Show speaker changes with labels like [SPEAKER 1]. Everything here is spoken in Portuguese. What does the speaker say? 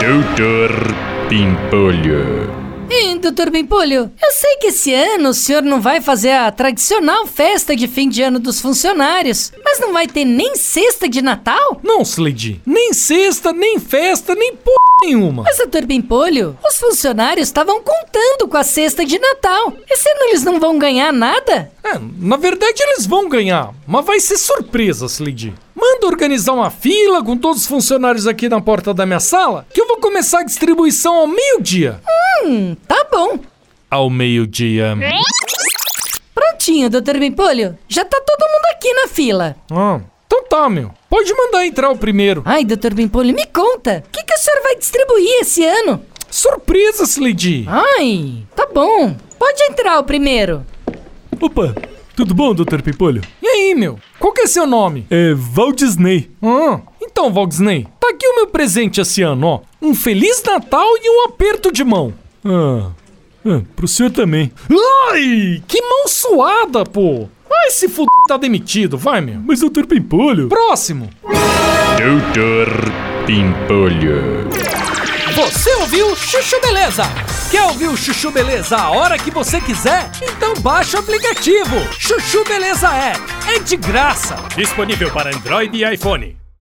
[SPEAKER 1] Doutor Pimpolho.
[SPEAKER 2] Hein, doutor Bempolho, eu sei que esse ano o senhor não vai fazer a tradicional festa de fim de ano dos funcionários, mas não vai ter nem cesta de Natal?
[SPEAKER 3] Não, Slade, nem cesta, nem festa, nem porra nenhuma.
[SPEAKER 2] Mas, doutor Bempolho, os funcionários estavam contando com a cesta de Natal. Esse ano eles não vão ganhar nada?
[SPEAKER 3] É, na verdade eles vão ganhar, mas vai ser surpresa, Slade. Manda organizar uma fila com todos os funcionários aqui na porta da minha sala, que eu vou começar a distribuição ao meio-dia.
[SPEAKER 2] Hum, tá bom.
[SPEAKER 3] Ao meio-dia.
[SPEAKER 2] Prontinho, doutor Bempolho, já tá todo mundo aqui na fila.
[SPEAKER 3] Ah, então tá, meu. Pode mandar entrar o primeiro.
[SPEAKER 2] Ai, doutor Bempolho, me conta, o que, que o senhor vai distribuir esse ano?
[SPEAKER 3] Surpresa, Slade.
[SPEAKER 2] Ai, tá bom. Pode entrar o primeiro.
[SPEAKER 4] Opa, tudo bom, Dr. Pimpolho?
[SPEAKER 3] E aí, meu? Qual que é seu nome?
[SPEAKER 4] É Walt Disney.
[SPEAKER 3] Ah, então, Walt Disney, tá aqui o meu presente esse ano, ó. Um Feliz Natal e um aperto de mão.
[SPEAKER 4] Ah, ah, pro senhor também.
[SPEAKER 3] Ai, que mão suada, pô. Ai, se fuder, tá demitido, vai, meu.
[SPEAKER 4] Mas Dr. Pimpolho...
[SPEAKER 3] Próximo.
[SPEAKER 1] Doutor Pimpolho.
[SPEAKER 3] Você ouviu Chuchu Beleza? Quer ouvir o Chuchu Beleza a hora que você quiser? Então baixa o aplicativo. Chuchu Beleza é. É de graça.
[SPEAKER 5] Disponível para Android e iPhone.